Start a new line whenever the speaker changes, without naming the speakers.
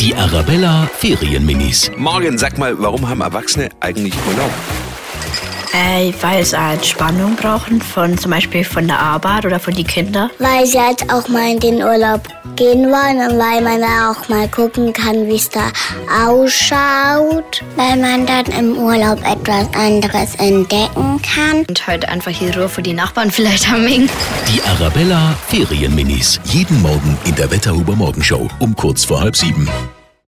Die Arabella Ferienminis.
Morgen, sag mal, warum haben Erwachsene eigentlich Urlaub?
Äh, weil sie Entspannung brauchen, von, zum Beispiel von der Arbeit oder von den Kindern.
weil sie halt auch mal in den Urlaub gehen wollen und weil man da auch mal gucken kann, wie es da ausschaut. Weil man dann im Urlaub etwas anderes entdecken kann.
Und halt einfach hier Ruhe für die Nachbarn vielleicht haben. wegen.
Die Arabella Ferienminis. Jeden Morgen in der Wetterhuber Morgenshow um kurz vor halb sieben.